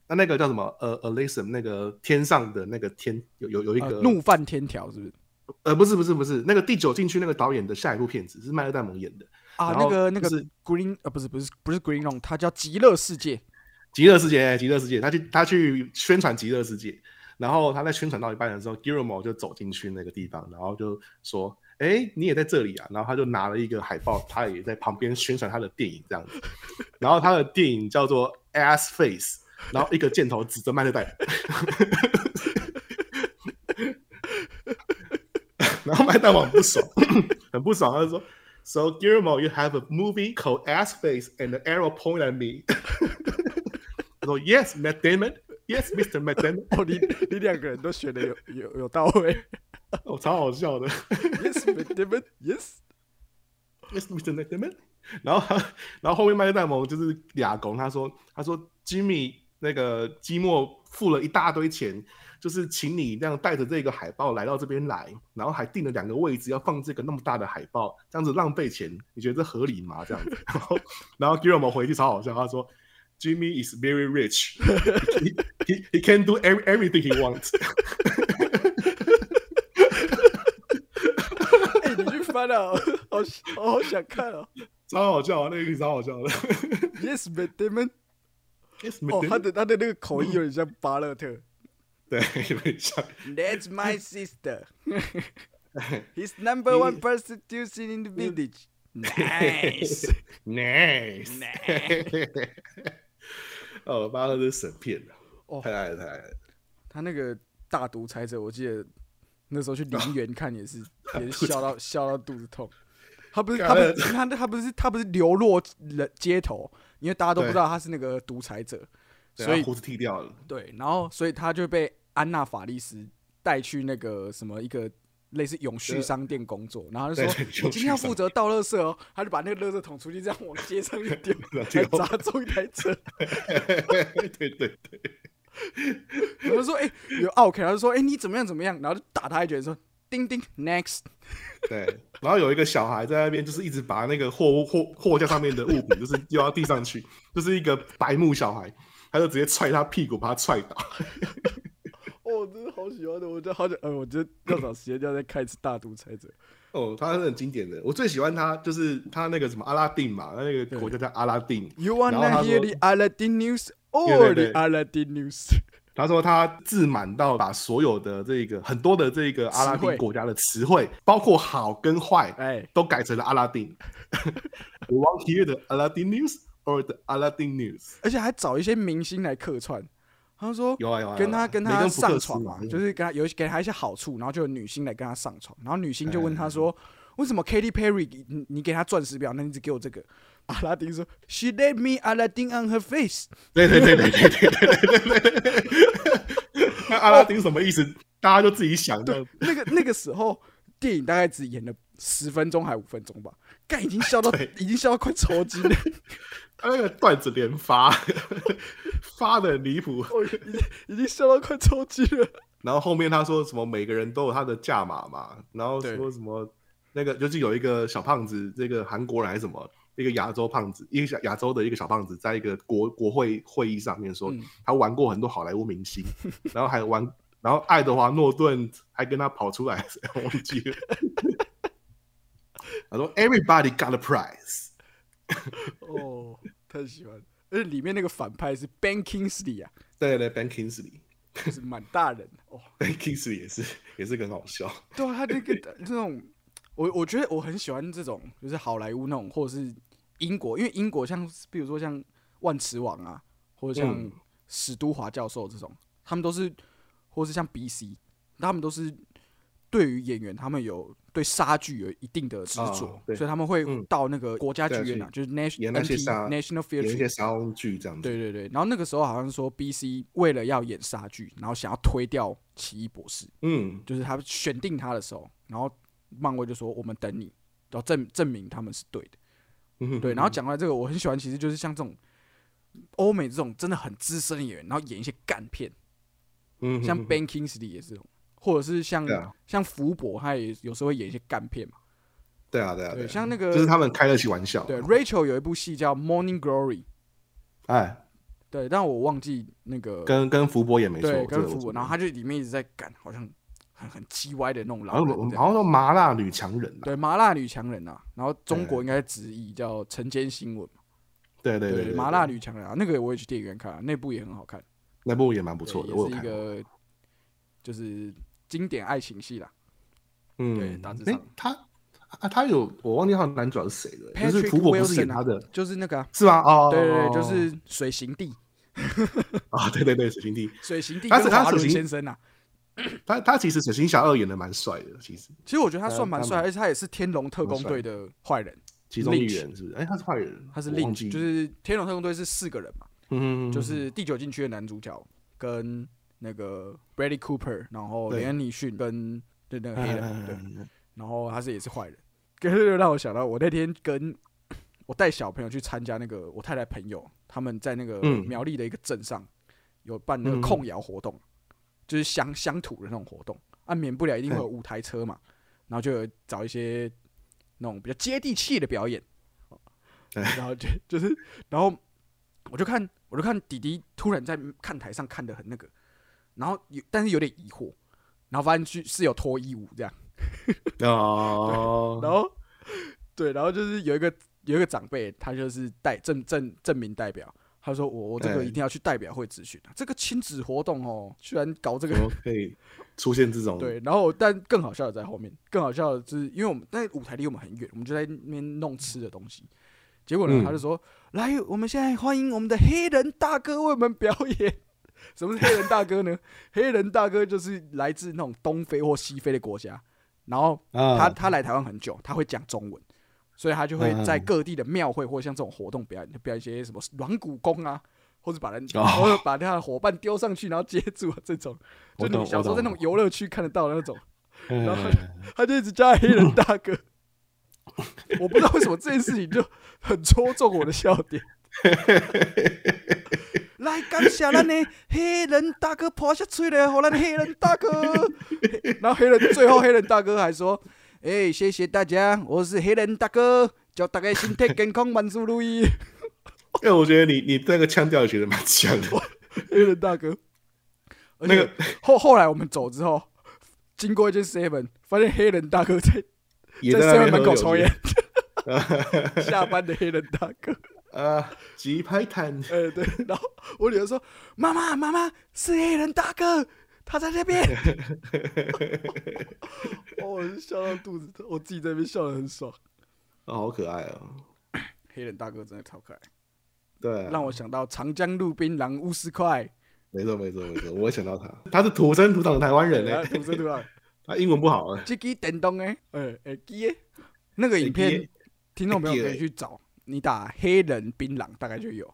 [SPEAKER 2] 那那个叫什么呃 a l i s o n 那个天上的那个天有有有一
[SPEAKER 1] 呃
[SPEAKER 2] 个、
[SPEAKER 1] 怒犯天条是不是？
[SPEAKER 2] 呃不是不是不是那个第九禁区那个导演的下一部片子是麦克戴蒙演的《
[SPEAKER 1] 啊，
[SPEAKER 2] 然
[SPEAKER 1] 那
[SPEAKER 2] 后
[SPEAKER 1] 个那个
[SPEAKER 2] 就是
[SPEAKER 1] Green 呃，不是不是不是 Green Room，它叫极乐世界。
[SPEAKER 2] 极乐世界》哎极乐世界，他去他去宣传《极乐世界》，然后他在宣传到一半的时候，Guillermo 就走进去那个地方，然后就说。哎，你也在这里啊？然后他就拿了一个海报，他也在旁边宣传他的电影这样子。然后他的电影叫做《Ass Face》，然后一个箭头指着麦特戴蒙然后麦当王不爽，很不爽，他就说：“So Guillermo, you have a movie called Ass Face and an arrow point at me 他说 Yes, Matt Damon. Yes, Mr. Matt Damon。
[SPEAKER 1] 哦，你你两个人都选的有有有到 位。
[SPEAKER 2] 哦，超好笑的。
[SPEAKER 1] Yes, Matt Damon. Yes.
[SPEAKER 2] Yes, Mr. Matt Damon。然后他，然后后面麦克戴蒙就是俩拱，他说他说 Jimmy 那个基莫付了一大堆钱，就是请你这样带着这个海报来到这边来，然后还订了两个位置要放这个那么大的海报，这样子浪费钱，你觉得这合理吗？这样子，然后然后 Guillermo 回去超好笑，他说 Jimmy is very rich, he he, he can do every, everything he wants 。
[SPEAKER 1] 哎、你去翻啊，好好好想看哦。
[SPEAKER 2] 超好笑啊，那个超好笑的。
[SPEAKER 1] Yes, Matt Damon.
[SPEAKER 2] Yes,
[SPEAKER 1] 哦，
[SPEAKER 2] Mr.
[SPEAKER 1] 他的他的那个口音有点像巴勒特。
[SPEAKER 2] 对，有点像。
[SPEAKER 1] That's my sister. He's number one prostitution in the village. Nice.
[SPEAKER 2] Nice，哦，巴赫真是神片了，
[SPEAKER 1] 哦
[SPEAKER 2] 太爱了，太爱了。
[SPEAKER 1] 他那个大独裁者，我记得那时候去陵园看也是，也是笑到笑到肚子痛。他不是他不是他他不是他不是流落人街头，因为大家都不知道他是那个独裁者，
[SPEAKER 2] 对
[SPEAKER 1] 所以
[SPEAKER 2] 他胡子剃掉了，
[SPEAKER 1] 对，然后所以他就被安娜法利斯带去那个什么一个类似永续商店工作，然后他就
[SPEAKER 2] 对
[SPEAKER 1] 说
[SPEAKER 2] 永续
[SPEAKER 1] 我今天要
[SPEAKER 2] 商
[SPEAKER 1] 负责倒垃圾哦，他就把那个垃圾桶出去这样往街上一 丢，还
[SPEAKER 2] 丢
[SPEAKER 1] 砸中一台车。
[SPEAKER 2] 对对对，
[SPEAKER 1] 我就说哎、有 OK，他就说哎、你怎么样怎么样，然后就打他一拳说叮叮 next，
[SPEAKER 2] 对。然后有一个小孩在那边，就是一直把那个货物货货架上面的物品，就是丢到地上去，就是一个白目小孩，他就直接踹他屁股，把他踹倒。
[SPEAKER 1] 哦，我真的好喜欢的，我就好想，呃，我觉得要找时间要再看一次大独裁 者。
[SPEAKER 2] 哦，他是很经典的，我最喜欢他就是他那个什么阿拉丁嘛，他那个国家叫阿拉丁。
[SPEAKER 1] You
[SPEAKER 2] 然后
[SPEAKER 1] wanna
[SPEAKER 2] 他
[SPEAKER 1] hear
[SPEAKER 2] 说
[SPEAKER 1] the Aladdin news or
[SPEAKER 2] 对
[SPEAKER 1] the
[SPEAKER 2] 对对
[SPEAKER 1] Aladdin news？
[SPEAKER 2] 他说他自满到把所有的这个很多的这个阿拉
[SPEAKER 1] 词汇
[SPEAKER 2] 丁国家的词汇，包括好跟坏，
[SPEAKER 1] 哎
[SPEAKER 2] 都改成了阿拉 丁。We want here the Aladdin news or the Aladdin news？
[SPEAKER 1] 而且还找一些明星来客串。他说
[SPEAKER 2] 有啊有啊有啊
[SPEAKER 1] 跟他跟
[SPEAKER 2] 雷
[SPEAKER 1] 他
[SPEAKER 2] 根福克斯
[SPEAKER 1] 上床嘛
[SPEAKER 2] 嘛，嗯
[SPEAKER 1] 就是跟他有给他一些好处，然后就有女星来跟他上床，然后女星就问他说，为什么 Katy Perry 给你你给他钻石表，那你只给我这个？阿拉丁说，She let me Aladdin on her face。
[SPEAKER 2] 对对对对对对对对对对对。那 阿拉丁什么意思？大家就自己想的。
[SPEAKER 1] 那个那个时候电影大概只演了十分钟还五分钟吧，干已经笑到
[SPEAKER 2] 对
[SPEAKER 1] 已经笑到快抽筋了，
[SPEAKER 2] 他那个哎段子连发， 发的离谱。
[SPEAKER 1] 我已经已经笑到快抽筋了。
[SPEAKER 2] 然后后面他说什么每个人都有他的价码嘛，然后
[SPEAKER 1] 对
[SPEAKER 2] 说什么那个就是有一个小胖子，这个韩国人还是什么，一个亚洲胖子，一个小亚洲的一个小胖子，在一个国国会会议上面
[SPEAKER 1] 嗯
[SPEAKER 2] 说、他玩过很多好莱坞明星，然后还玩，然后爱德华诺顿还跟他跑出来， 我忘记了。他说 Everybody got a prize，
[SPEAKER 1] 哦， 太喜欢了，而且里面那个反派是 Ben Kingsley 啊，
[SPEAKER 2] 对对，Ben Kingsley，Ben
[SPEAKER 1] 就是满大人哦。
[SPEAKER 2] Kingsley 也是也是很好笑，
[SPEAKER 1] 对啊，他那 个这种，我我觉得我很喜欢这种，就是好莱坞那种，或者是英国，因为英国像是比如说像万磁王啊，或者像
[SPEAKER 2] 嗯
[SPEAKER 1] 史都华教授这种，他们都是，或是像 B.C.，他们都是对于演员，他们有对杀剧有一定的执着，
[SPEAKER 2] 啊
[SPEAKER 1] 所
[SPEAKER 2] 对
[SPEAKER 1] 以他们会
[SPEAKER 2] 嗯
[SPEAKER 1] 到那个国家剧
[SPEAKER 2] 对啊
[SPEAKER 1] 院啊，就是
[SPEAKER 2] 演那些
[SPEAKER 1] National
[SPEAKER 2] 杀
[SPEAKER 1] National
[SPEAKER 2] 有一
[SPEAKER 1] Theatre
[SPEAKER 2] 些沙翁剧这样子。
[SPEAKER 1] 对对对，然后那个时候好像说 B.C. 为了要演杀剧，然后想要推掉奇异博士，
[SPEAKER 2] 嗯，
[SPEAKER 1] 就是他选定他的时候，然后漫威就说我们等你，要证证明他们是对的。
[SPEAKER 2] 嗯哼
[SPEAKER 1] 对，然后讲到这个，我很喜欢，其实就是像这种欧美这种真的很资深的演员，然后演一些干片，
[SPEAKER 2] 嗯哼
[SPEAKER 1] 像
[SPEAKER 2] 哼
[SPEAKER 1] Ben Kingsley 也是这种，或者是像、
[SPEAKER 2] 对啊
[SPEAKER 1] 像福伯，他也有时候会演一些干片嘛。
[SPEAKER 2] 对啊，对啊，
[SPEAKER 1] 对，
[SPEAKER 2] 对啊，
[SPEAKER 1] 像那个
[SPEAKER 2] 就是他们开得起玩笑。
[SPEAKER 1] 对 Rachel 有一部戏叫《Morning Glory》，
[SPEAKER 2] 哎，
[SPEAKER 1] 对，但我忘记那个
[SPEAKER 2] 跟跟福伯也没错，
[SPEAKER 1] 对
[SPEAKER 2] 这
[SPEAKER 1] 跟
[SPEAKER 2] 个我
[SPEAKER 1] 福伯，
[SPEAKER 2] 知道
[SPEAKER 1] 然后他就里面一直在干，好像很很叽歪的那种
[SPEAKER 2] 好
[SPEAKER 1] 老
[SPEAKER 2] 像
[SPEAKER 1] 人这样。
[SPEAKER 2] 好像说麻辣女强人啊，
[SPEAKER 1] 对，麻辣女强人啊，然后中国应该直译叫《晨间新闻》嘛，
[SPEAKER 2] 对对对，对
[SPEAKER 1] 麻辣女强人啊，那个我也去电影院看、啊，那部也很好看，
[SPEAKER 2] 那部也蛮不
[SPEAKER 1] 不
[SPEAKER 2] 错的，
[SPEAKER 1] 也
[SPEAKER 2] 我有
[SPEAKER 1] 是一
[SPEAKER 2] 看。
[SPEAKER 1] 个就是经典爱情戏啦。对
[SPEAKER 2] 嗯，
[SPEAKER 1] 大致
[SPEAKER 2] 诶
[SPEAKER 1] 上
[SPEAKER 2] 他啊他有我忘记他的男主角是谁了，
[SPEAKER 1] Patrick
[SPEAKER 2] 就是福伯不是演
[SPEAKER 1] Wilson 啊
[SPEAKER 2] 他的，
[SPEAKER 1] 就是那个、啊，
[SPEAKER 2] 是吗？哦，
[SPEAKER 1] 对对
[SPEAKER 2] 哦
[SPEAKER 1] 对，就是水行地，
[SPEAKER 2] 啊，对对对，水星弟，
[SPEAKER 1] 水行地
[SPEAKER 2] 他是
[SPEAKER 1] 跟
[SPEAKER 2] 他
[SPEAKER 1] 华
[SPEAKER 2] 水
[SPEAKER 1] 伦
[SPEAKER 2] 行
[SPEAKER 1] 先生啊，
[SPEAKER 2] 他他其实水星侠二演的蛮帅的，其实
[SPEAKER 1] 其实我觉得他算蛮
[SPEAKER 2] 他
[SPEAKER 1] 帅，而且他也是天龙特
[SPEAKER 2] 蛮
[SPEAKER 1] 工
[SPEAKER 2] 帅
[SPEAKER 1] 队的坏人，
[SPEAKER 2] 其中一
[SPEAKER 1] Lynch
[SPEAKER 2] 员是不是？哎，他是坏人，
[SPEAKER 1] 他是
[SPEAKER 2] 我忘
[SPEAKER 1] Lynch，
[SPEAKER 2] 记
[SPEAKER 1] 就是天龙特工队是四个人嘛，
[SPEAKER 2] 嗯，
[SPEAKER 1] 就是第九禁区的男主角跟那个 Bradley Cooper，然后
[SPEAKER 2] 对
[SPEAKER 1] 雷恩尼逊跟对那个黑人，对，
[SPEAKER 2] 嗯
[SPEAKER 1] 然后他是也是坏人， 可是让我想到我那天跟 我带小朋友去参加那个我太太朋友他们在那个
[SPEAKER 2] 嗯
[SPEAKER 1] 苗栗的一个镇上有办那个
[SPEAKER 2] 嗯
[SPEAKER 1] 控窑活动，就是乡乡土的那种活动，啊，免不了一定会有
[SPEAKER 2] 对
[SPEAKER 1] 舞台车嘛，然后就有找一些那种比较接地气的表演，
[SPEAKER 2] 对
[SPEAKER 1] 然后就就是然后我就看我就看弟弟突然在看台上看的很那个，然后有但是有点疑惑，然后发现去是有脱衣舞这样。
[SPEAKER 2] 哦，
[SPEAKER 1] 然后对，然后就是有一个有一个长辈，他就是代证证证明代表，他说我我这个
[SPEAKER 2] 对
[SPEAKER 1] 一定要去代表会咨询啊，这个亲子活动哦，居然搞这个
[SPEAKER 2] 怎。么可以出现这种？
[SPEAKER 1] 对，然后但更好笑的在后面，更好笑的就是因为我们在舞台离我们很远，我们就在那边弄吃的东西。结果呢，
[SPEAKER 2] 嗯
[SPEAKER 1] 他就说：“来，我们现在欢迎我们的黑人大哥为我们表演。” 什么是黑人大哥呢？黑人大哥就是来自那种东非或西非的国家，然后
[SPEAKER 2] 啊，
[SPEAKER 1] 他他来台湾很久，他会讲中文，所以他就会
[SPEAKER 2] 嗯嗯
[SPEAKER 1] 在各地的庙会或像这种活动表演，就表演一些什么软骨功啊，或者把人，
[SPEAKER 2] 哦
[SPEAKER 1] 或者把他的伙伴丢上去然后接住啊这种，就
[SPEAKER 2] 我
[SPEAKER 1] 你
[SPEAKER 2] 懂
[SPEAKER 1] 小时候在那种游乐区看得到的那种，然后
[SPEAKER 2] 嗯
[SPEAKER 1] 他就一直叫他黑人大 哥。我不知道为什么这件事情就很戳中我的笑点。来，感谢咱的黑人大哥抛下嘴嘞，好，咱黑人大哥。然后黑人最后黑人大哥还说：“哎、谢谢大家，我是黑人大哥，祝大家身体健康，万事如意。
[SPEAKER 2] 因为我觉得你你那个腔调也学的蛮像的，”
[SPEAKER 1] 黑人大哥。而且
[SPEAKER 2] 那个
[SPEAKER 1] 后后来我们走之后，经过一间 seven，发现黑人大哥在
[SPEAKER 2] 也
[SPEAKER 1] 在
[SPEAKER 2] 在那
[SPEAKER 1] seven
[SPEAKER 2] 边
[SPEAKER 1] 门口
[SPEAKER 2] 喝酒
[SPEAKER 1] 抽烟。 下班的黑人大哥，
[SPEAKER 2] 啊，急拍摊，
[SPEAKER 1] 哎、对，然后我女儿说：“妈妈，妈妈是黑人大哥，他在那 边。”哦，我是笑到肚子疼，我自己在那边笑得很爽。
[SPEAKER 2] 哦，好可爱哦，
[SPEAKER 1] 黑人大哥真的超可爱，
[SPEAKER 2] 对啊，
[SPEAKER 1] 让我想到长江路槟榔五十块，
[SPEAKER 2] 没错没错没错，我也想到他，他是土生土长的台湾人
[SPEAKER 1] 来
[SPEAKER 2] 呢，
[SPEAKER 1] 土生土长，
[SPEAKER 2] 他英文不好啊，
[SPEAKER 1] 这支电动诶，哎哎机诶，那个影
[SPEAKER 2] 会记
[SPEAKER 1] 片
[SPEAKER 2] 的，
[SPEAKER 1] 听众朋友可
[SPEAKER 2] 会
[SPEAKER 1] 以
[SPEAKER 2] 记
[SPEAKER 1] 去找，你打黑人槟榔大概就有。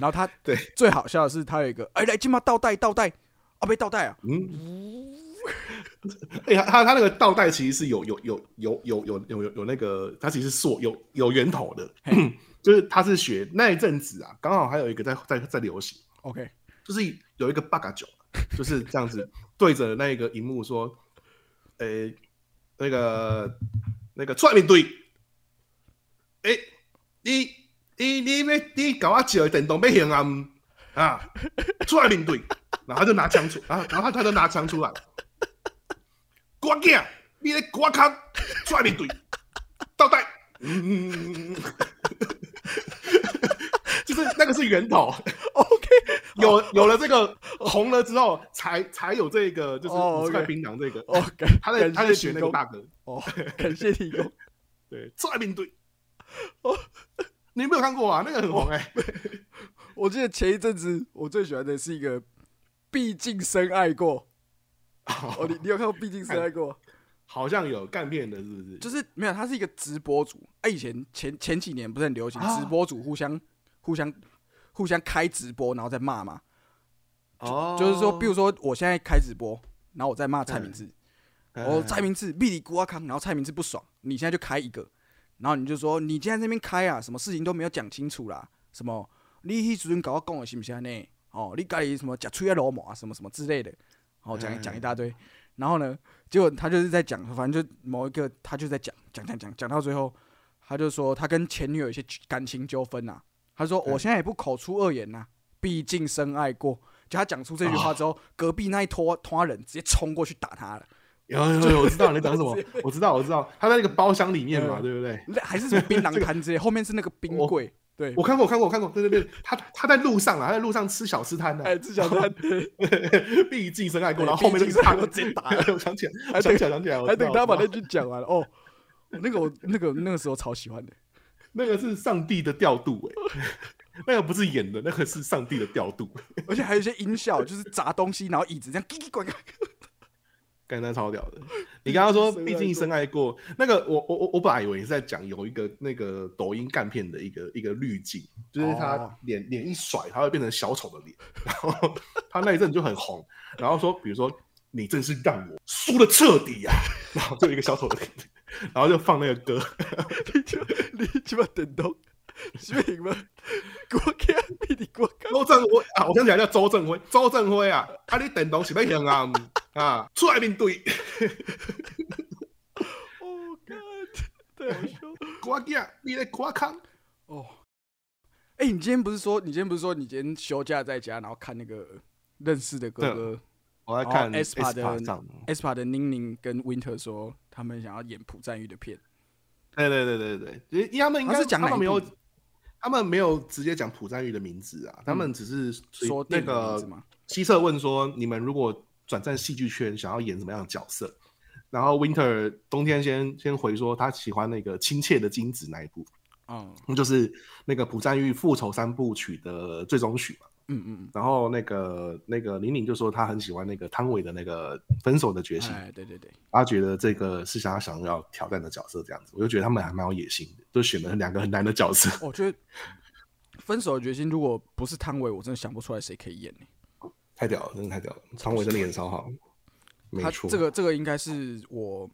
[SPEAKER 1] 然后他
[SPEAKER 2] 对
[SPEAKER 1] 最好笑的是，他有一个哎、来，今嘛倒带倒带，啊被倒带啊，
[SPEAKER 2] 嗯， 哎、他他他那个倒带其实是有有有有有有有有有那个，他其实是有有有源头的， 就是他是学那一阵子啊，刚好还有一个在在在流行，
[SPEAKER 1] OK，
[SPEAKER 2] 就是有一个 bug 酒，就是这样子对着那个荧幕说，呃、那个那个出来面对，哎、你你你要你搞我酒电动要行啊嗯啊，出来面对，然后他就拿枪出，然后然后他他就拿枪出来，我囝，你咧我康，出来面对，倒带，嗯嗯嗯嗯 嗯，就是那个是源头。
[SPEAKER 1] 哦 OK，
[SPEAKER 2] 有有了这个红了之后，才才有这个就是
[SPEAKER 1] 哦
[SPEAKER 2] 五十块
[SPEAKER 1] OK
[SPEAKER 2] 槟榔这个。
[SPEAKER 1] 哦， 感
[SPEAKER 2] 他在
[SPEAKER 1] 感
[SPEAKER 2] 他
[SPEAKER 1] 谢
[SPEAKER 2] 在学
[SPEAKER 1] 提
[SPEAKER 2] 那
[SPEAKER 1] 供
[SPEAKER 2] 个大哥，
[SPEAKER 1] 哦，感谢提供。
[SPEAKER 2] 对，在面对。
[SPEAKER 1] 哦
[SPEAKER 2] 你有没有看过啊？那个很红哎、
[SPEAKER 1] 我记得前一阵子我最喜欢的是一个《毕竟深爱 过》哦，你你有看过《毕竟深爱过》？
[SPEAKER 2] 好像有干片的，是不是？
[SPEAKER 1] 就是没有，他是一个直播主。哎、以前前前几年不是很流行
[SPEAKER 2] 啊
[SPEAKER 1] 直播主互相、互相互相开直播，然后再骂嘛。
[SPEAKER 2] 哦嗯
[SPEAKER 1] 就是说，比如说我现在开直播，然后我在骂蔡明志，我、哦、蔡明志密里古阿康，然后蔡明志不爽，你现在就开一个，然后你就说你今天在那边开啊，什么事情都没有讲清楚啦，什么你迄时阵搞我讲的是不是安尼？哦，你家里什么假吹啊老毛啊，什么什么之类的，哦，讲一讲一大堆，然后呢，结果他就是在讲，反正就某一个他就在讲讲讲讲讲到最后，他就说他跟前女友有一些感情纠纷啊，他说
[SPEAKER 2] 嗯
[SPEAKER 1] 我现在也不口出恶言呐、啊毕竟深爱过。就他讲出这句话之后，隔壁那一拖拖人直接冲过去打他了。
[SPEAKER 2] 有有有，我知道你在讲 什么，我知道我知道，他在那个包厢里面嘛，
[SPEAKER 1] 嗯
[SPEAKER 2] 对不对？
[SPEAKER 1] 那还是什么槟榔摊之类，后面是那个冰柜，对，
[SPEAKER 2] 我看过，我看过，我看过，对对对，他他在路上啊，他在路上吃小吃摊呢、啊
[SPEAKER 1] 哎，至少他
[SPEAKER 2] 毕竟深爱过，
[SPEAKER 1] 对
[SPEAKER 2] 然后后面那
[SPEAKER 1] 毕
[SPEAKER 2] 个
[SPEAKER 1] 竟深爱
[SPEAKER 2] 大
[SPEAKER 1] 过
[SPEAKER 2] 哥
[SPEAKER 1] 直接打
[SPEAKER 2] 我想起来，
[SPEAKER 1] 还
[SPEAKER 2] 我想
[SPEAKER 1] 等
[SPEAKER 2] 起来，想起来，我
[SPEAKER 1] 还
[SPEAKER 2] 知道
[SPEAKER 1] 等他
[SPEAKER 2] 我知
[SPEAKER 1] 把
[SPEAKER 2] 道
[SPEAKER 1] 那句讲完哦。那个我那个那个时候超喜欢的，
[SPEAKER 2] 那个是上帝的调度哎、 那个不是演的，那个是上帝的调度，
[SPEAKER 1] 而且还有一些音效，就是砸东西，然后椅子这样叽叽呱呱。
[SPEAKER 2] 干那超屌的。你刚 刚说
[SPEAKER 1] 深爱
[SPEAKER 2] 毕竟深爱过，那个我我我我本来以为你是在讲有一个那个抖音干片的一个一个滤镜，就是
[SPEAKER 1] 哦
[SPEAKER 2] 他脸脸、一甩，他会变成小丑的脸，然后他那一阵就很红，然后说比如说你真是让我输的彻底呀、然后就一个小丑的脸，然后就放那个歌，
[SPEAKER 1] 你就你起码等到，起码你们国家比你国家
[SPEAKER 2] 周正辉啊，我想起来叫周正辉，周正辉啊，啊你电动是要用啊啊，出来面对，
[SPEAKER 1] 哦，God，太好笑了
[SPEAKER 2] 瓜囝你在瓜康，
[SPEAKER 1] 哦。哎、你今天不是说你今天不是说你今天休假在家，然后看那个认识的哥哥
[SPEAKER 2] 我在
[SPEAKER 1] 哦
[SPEAKER 2] 看
[SPEAKER 1] Aespa 的
[SPEAKER 2] Aespa 上
[SPEAKER 1] ESPA 的宁宁跟 Winter 说他们想要演朴赞玉的片，
[SPEAKER 2] 对对对对对对，因为他们应该
[SPEAKER 1] 他是讲哪一
[SPEAKER 2] 他们没有
[SPEAKER 1] 部，
[SPEAKER 2] 他们没有直接讲朴赞玉的名字啊，他们只是
[SPEAKER 1] 嗯说电
[SPEAKER 2] 那
[SPEAKER 1] 影的名字
[SPEAKER 2] 个
[SPEAKER 1] 吗？
[SPEAKER 2] 希澈问说，你们如果转战戏剧圈，想要演什么样的角色？然后 Winter 冬天先先回说他喜欢那个亲切的金子那一部，
[SPEAKER 1] 嗯
[SPEAKER 2] 就是那个朴赞玉复仇三部曲的最终曲嘛。
[SPEAKER 1] 嗯嗯
[SPEAKER 2] 然后那个那个玲玲就说她很喜欢那个汤唯的那个分手的决
[SPEAKER 1] 嗯，
[SPEAKER 2] 心，
[SPEAKER 1] 哎，对对对，
[SPEAKER 2] 他觉得这个是想要想要挑战的角色这样子，我就觉得他们还蛮有野心的，就选了两个很难的角色。
[SPEAKER 1] 我觉得哦分手的决心如果不是汤唯，我真的想不出来谁可以演、欸、
[SPEAKER 2] 太屌了，真的太屌了！常伟真的演得超好，没
[SPEAKER 1] 他
[SPEAKER 2] 错。
[SPEAKER 1] 这个这个应该是我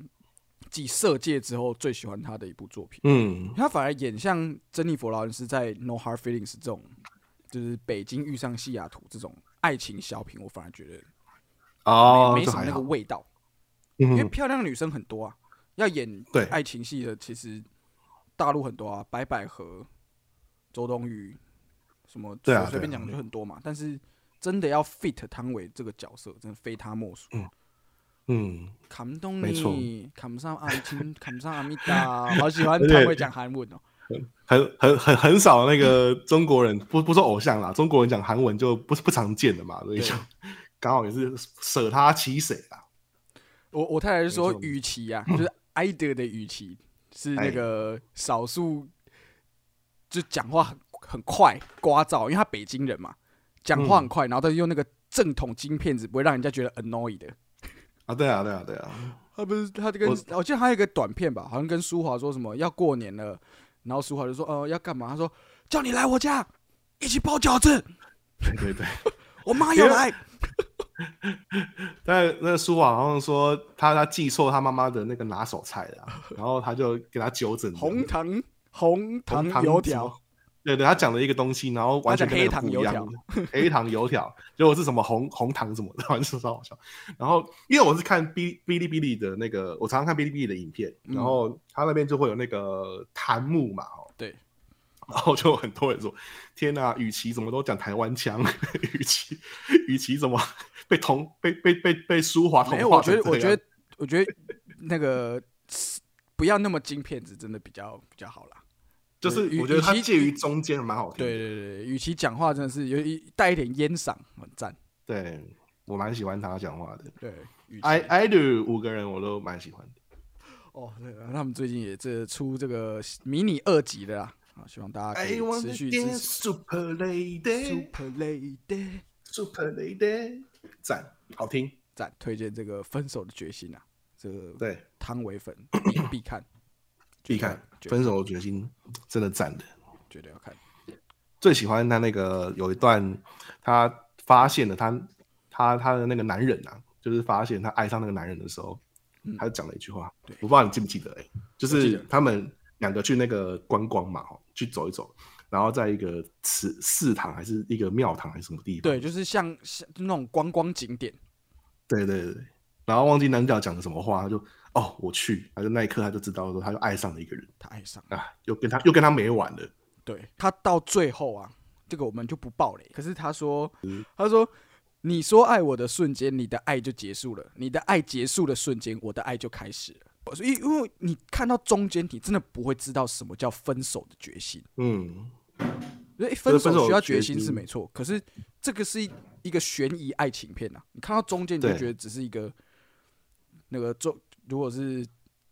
[SPEAKER 1] 继《色戒》之后最喜欢他的一部作品。
[SPEAKER 2] 嗯，
[SPEAKER 1] 他反而演像珍妮佛劳伦斯在《No Hard Feelings》这种，就是北京遇上西雅图这种爱情小品，我反而觉得
[SPEAKER 2] 哦，
[SPEAKER 1] 没
[SPEAKER 2] 这
[SPEAKER 1] 什么
[SPEAKER 2] 还
[SPEAKER 1] 那个
[SPEAKER 2] 好。
[SPEAKER 1] 味道。因为
[SPEAKER 2] 嗯，
[SPEAKER 1] 漂亮女生很多啊，要演
[SPEAKER 2] 对
[SPEAKER 1] 爱情戏的其实大陆很多啊，白百合、周冬雨，什么
[SPEAKER 2] 对啊
[SPEAKER 1] 随随便
[SPEAKER 2] 对啊
[SPEAKER 1] 讲就很多嘛。但是真的要 fit 汤唯这个角色，真的非他莫属。
[SPEAKER 2] 嗯，
[SPEAKER 1] 感动
[SPEAKER 2] 没错
[SPEAKER 1] 你，感上爱情，感上阿米 达，好喜欢
[SPEAKER 2] 而且
[SPEAKER 1] 汤唯讲韩文哦。
[SPEAKER 2] 很很很很少那个中国人，不不说偶像啦，中国人讲韩文就不不常见的嘛，所以就 刚好也是舍他其谁啦。
[SPEAKER 1] 我我太太就说
[SPEAKER 2] 没，错
[SPEAKER 1] 与其啊，就是埃德的语气是那
[SPEAKER 2] 哎
[SPEAKER 1] 个少数，就讲话很很快聒噪，因为他北京人嘛，讲
[SPEAKER 2] 嗯
[SPEAKER 1] 话很快，然后但是用那个正统金片子，不会让人家觉得 annoy 的。
[SPEAKER 2] 啊，对啊，对啊，对啊，
[SPEAKER 1] 他不是他就跟我记得他有一个短片吧，好像跟舒华说什么要过年了，然后舒华就说呃要干嘛？他说叫你来我家一起包饺子，
[SPEAKER 2] 对对对。
[SPEAKER 1] 我妈要来。
[SPEAKER 2] 但那个书法好像说他他记错他妈妈的那个拿手菜了啊，然后他就给他纠正
[SPEAKER 1] 红糖红
[SPEAKER 2] 红
[SPEAKER 1] 糖油条，，
[SPEAKER 2] 对对，他讲了一个东西，然后完全
[SPEAKER 1] 他
[SPEAKER 2] 跟
[SPEAKER 1] 讲
[SPEAKER 2] 那个不一
[SPEAKER 1] 黑糖
[SPEAKER 2] 样，黑糖油条，结果是什么红红糖什么的，反 正超好笑。然后因为我是看哔哔哩哔哩的那个，我常常看哔哩哔哩的影片，
[SPEAKER 1] 嗯
[SPEAKER 2] 然后他那边就会有那个弹幕嘛，哦，
[SPEAKER 1] 对，
[SPEAKER 2] 然后就有很多人说：“天哪、雨琦怎么都讲台湾腔？雨琦，雨琦怎么被同被被被被舒 华同
[SPEAKER 1] 没有，
[SPEAKER 2] 化
[SPEAKER 1] 我觉
[SPEAKER 2] 成
[SPEAKER 1] 得，我
[SPEAKER 2] 这
[SPEAKER 1] 觉
[SPEAKER 2] 样
[SPEAKER 1] 得，我觉得那个不要那么金片子，真的比较比较好啦。
[SPEAKER 2] 就是
[SPEAKER 1] 与
[SPEAKER 2] 我觉得他
[SPEAKER 1] 与其
[SPEAKER 2] 介于中间蛮好听
[SPEAKER 1] 对
[SPEAKER 2] 的。
[SPEAKER 1] 对对，与其讲话真的是有一带一点烟嗓，很赞。
[SPEAKER 2] 对，我蛮喜欢他讲话的。
[SPEAKER 1] 对，与其
[SPEAKER 2] I I do 五个人我都蛮喜欢的。
[SPEAKER 1] 哦，对了，他们最近也这出这个迷你二集的啦，啊，希望大家可
[SPEAKER 2] I
[SPEAKER 1] 以
[SPEAKER 2] want
[SPEAKER 1] 持
[SPEAKER 2] to
[SPEAKER 1] 续支
[SPEAKER 2] dance
[SPEAKER 1] 持。
[SPEAKER 2] super lady,
[SPEAKER 1] Super Lady，
[SPEAKER 2] super lady，赞，好听。
[SPEAKER 1] 赞，推荐这个《分手的决心》啊，这个
[SPEAKER 2] 对，
[SPEAKER 1] 汤唯 粉必必看，
[SPEAKER 2] 必看
[SPEAKER 1] 绝对
[SPEAKER 2] 《分手的决心》，真的赞的。
[SPEAKER 1] 绝对要看。
[SPEAKER 2] 最喜欢他那个有一段，他发现了他他他的那个男人啊，就是发现他爱上那个男人的时候，他就讲了一句话，
[SPEAKER 1] 嗯对
[SPEAKER 2] 我不知道你记不记得、欸，就
[SPEAKER 1] 我记
[SPEAKER 2] 是
[SPEAKER 1] 得
[SPEAKER 2] 他们两个去那个观光嘛，哦去走一走，然后在一个祠祠堂还是一个庙堂还是什么地方，
[SPEAKER 1] 对，就是像像那种观光景点，
[SPEAKER 2] 对对对，然后忘记男主角讲的什么话，他就哦我去，他就那一刻他就知道说他就爱上了一个人
[SPEAKER 1] 他爱上了。
[SPEAKER 2] 啊，又跟他又跟他没完了，
[SPEAKER 1] 对他到最后啊，这个我们就不爆雷。可是他说，他说你说爱我的瞬间，你的爱就结束了；你的爱结束的瞬间，我的爱就开始了。我说，因因为你看到中间，你真的不会知道什么叫分手的决心。
[SPEAKER 2] 嗯，
[SPEAKER 1] 因为
[SPEAKER 2] 是
[SPEAKER 1] 分
[SPEAKER 2] 分
[SPEAKER 1] 手
[SPEAKER 2] 手
[SPEAKER 1] 需要
[SPEAKER 2] 决
[SPEAKER 1] 决心
[SPEAKER 2] 心
[SPEAKER 1] 是没错，可是这个是一一个悬疑爱情片啊！你看到中间你就
[SPEAKER 2] 对
[SPEAKER 1] 觉得只是一个那个中，如果是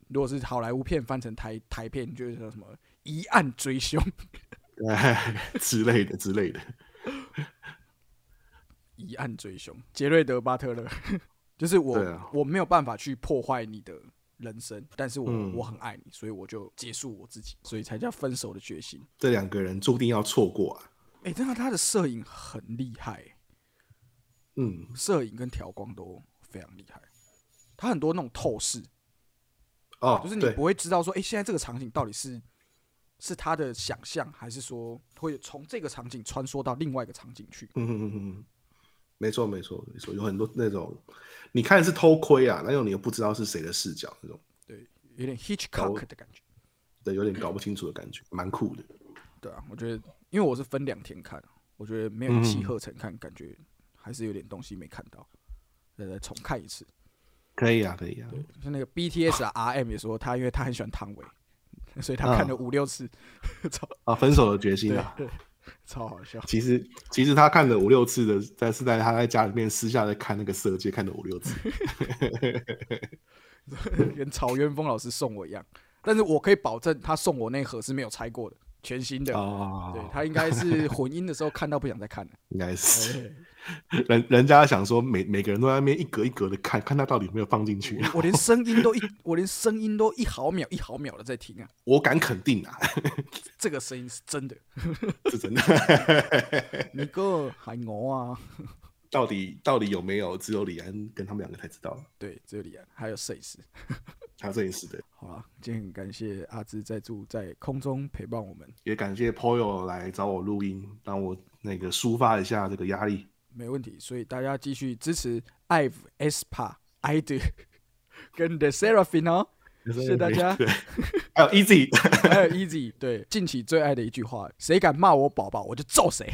[SPEAKER 1] 如果是好莱坞片翻成台台片，你就会说什么疑案追凶，
[SPEAKER 2] 哎之类的之类的。
[SPEAKER 1] 疑案追凶，杰瑞德巴特勒。 就是我、
[SPEAKER 2] 对啊
[SPEAKER 1] 我没有办法去破坏你的人生，但是我、
[SPEAKER 2] 嗯
[SPEAKER 1] 我很爱你，所以我就结束我自己，所以才叫分手的决心。
[SPEAKER 2] 这两个人注定要错过啊。
[SPEAKER 1] 哎、真的，他的摄影很厉害、
[SPEAKER 2] 嗯，
[SPEAKER 1] 摄影跟调光都非常厉害。他很多那种透视，
[SPEAKER 2] 哦，
[SPEAKER 1] 就是你
[SPEAKER 2] 对
[SPEAKER 1] 不会知道说，哎、现在这个场景到底是是他的想象，还是说会从这个场景穿梭到另外一个场景去？
[SPEAKER 2] 嗯嗯嗯嗯，没错没错没错，有很多那种你看是偷窥啊，那种你又不知道是谁的视角，那种
[SPEAKER 1] 对，有点 Hitchcock 的感觉。
[SPEAKER 2] 对，有点搞不清楚的感觉，蛮酷的。
[SPEAKER 1] 对啊，我觉得，因为我是分两天看，啊我觉得没
[SPEAKER 2] 嗯
[SPEAKER 1] 有一气呵成看，感觉还是有点东西没看到，再再重看一次。
[SPEAKER 2] 可以啊，可以啊，
[SPEAKER 1] 像那个 BTS 啊，RM 也说他，因为他很喜欢汤唯，所以他看了五六次，超
[SPEAKER 2] 啊，分手的决心嗯啊。
[SPEAKER 1] 超好笑。
[SPEAKER 2] 其实其实他看了五六次的，但是在他在家里面私下在看那个《色戒》，看了五六次。
[SPEAKER 1] 跟曹元峰老师送我一样，但是我可以保证他送我那盒是没有拆过的，全新的。
[SPEAKER 2] 哦，
[SPEAKER 1] 对他应该是混音的时候看到不想再 看了。
[SPEAKER 2] 应该是 人人家想说每每个人都在那边一格一格的看，看他到底有没有放进去。啊
[SPEAKER 1] 我连声音都一，我连声音都一毫秒一毫秒的在听啊，
[SPEAKER 2] 我敢肯定啊，
[SPEAKER 1] 这个声音是真的。
[SPEAKER 2] 是真的。
[SPEAKER 1] 你哥喊我啊，
[SPEAKER 2] 到底到底有没有，只有李安跟他们两个才知道。
[SPEAKER 1] 对，这里啊还有摄影师。
[SPEAKER 2] 还有摄影师的，
[SPEAKER 1] 好了，今天很感谢阿芝在住在空中陪伴我们，
[SPEAKER 2] 也感谢 Poyo 来找我录音，让我那个抒发一下这个压力。
[SPEAKER 1] 没问题。所以大家继续支持 IVE、ESPA、IDE 跟 The Seraphine 哦，谢谢大家。
[SPEAKER 2] 对， 还有 Easy，
[SPEAKER 1] 还有 Easy，对，近期最爱的一句话：谁敢骂我宝宝，我就揍谁；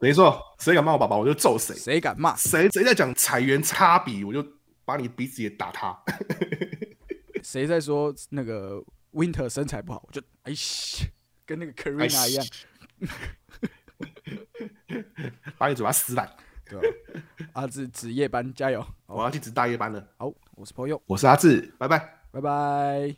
[SPEAKER 2] 没错，谁敢骂我爸爸，我就揍谁。
[SPEAKER 1] 谁敢骂，
[SPEAKER 2] 谁谁在讲裁员擦笔，我就把你鼻子也打塌。
[SPEAKER 1] 谁在说那个 Winter 身材不好，我就哎西，跟那个 Karina 一样，
[SPEAKER 2] 把你嘴巴撕烂。
[SPEAKER 1] 对吧、阿志值夜班加油！好，
[SPEAKER 2] 我要去值大夜班了。
[SPEAKER 1] 好我是 p o y o
[SPEAKER 2] 我是阿志，拜拜。
[SPEAKER 1] 拜拜。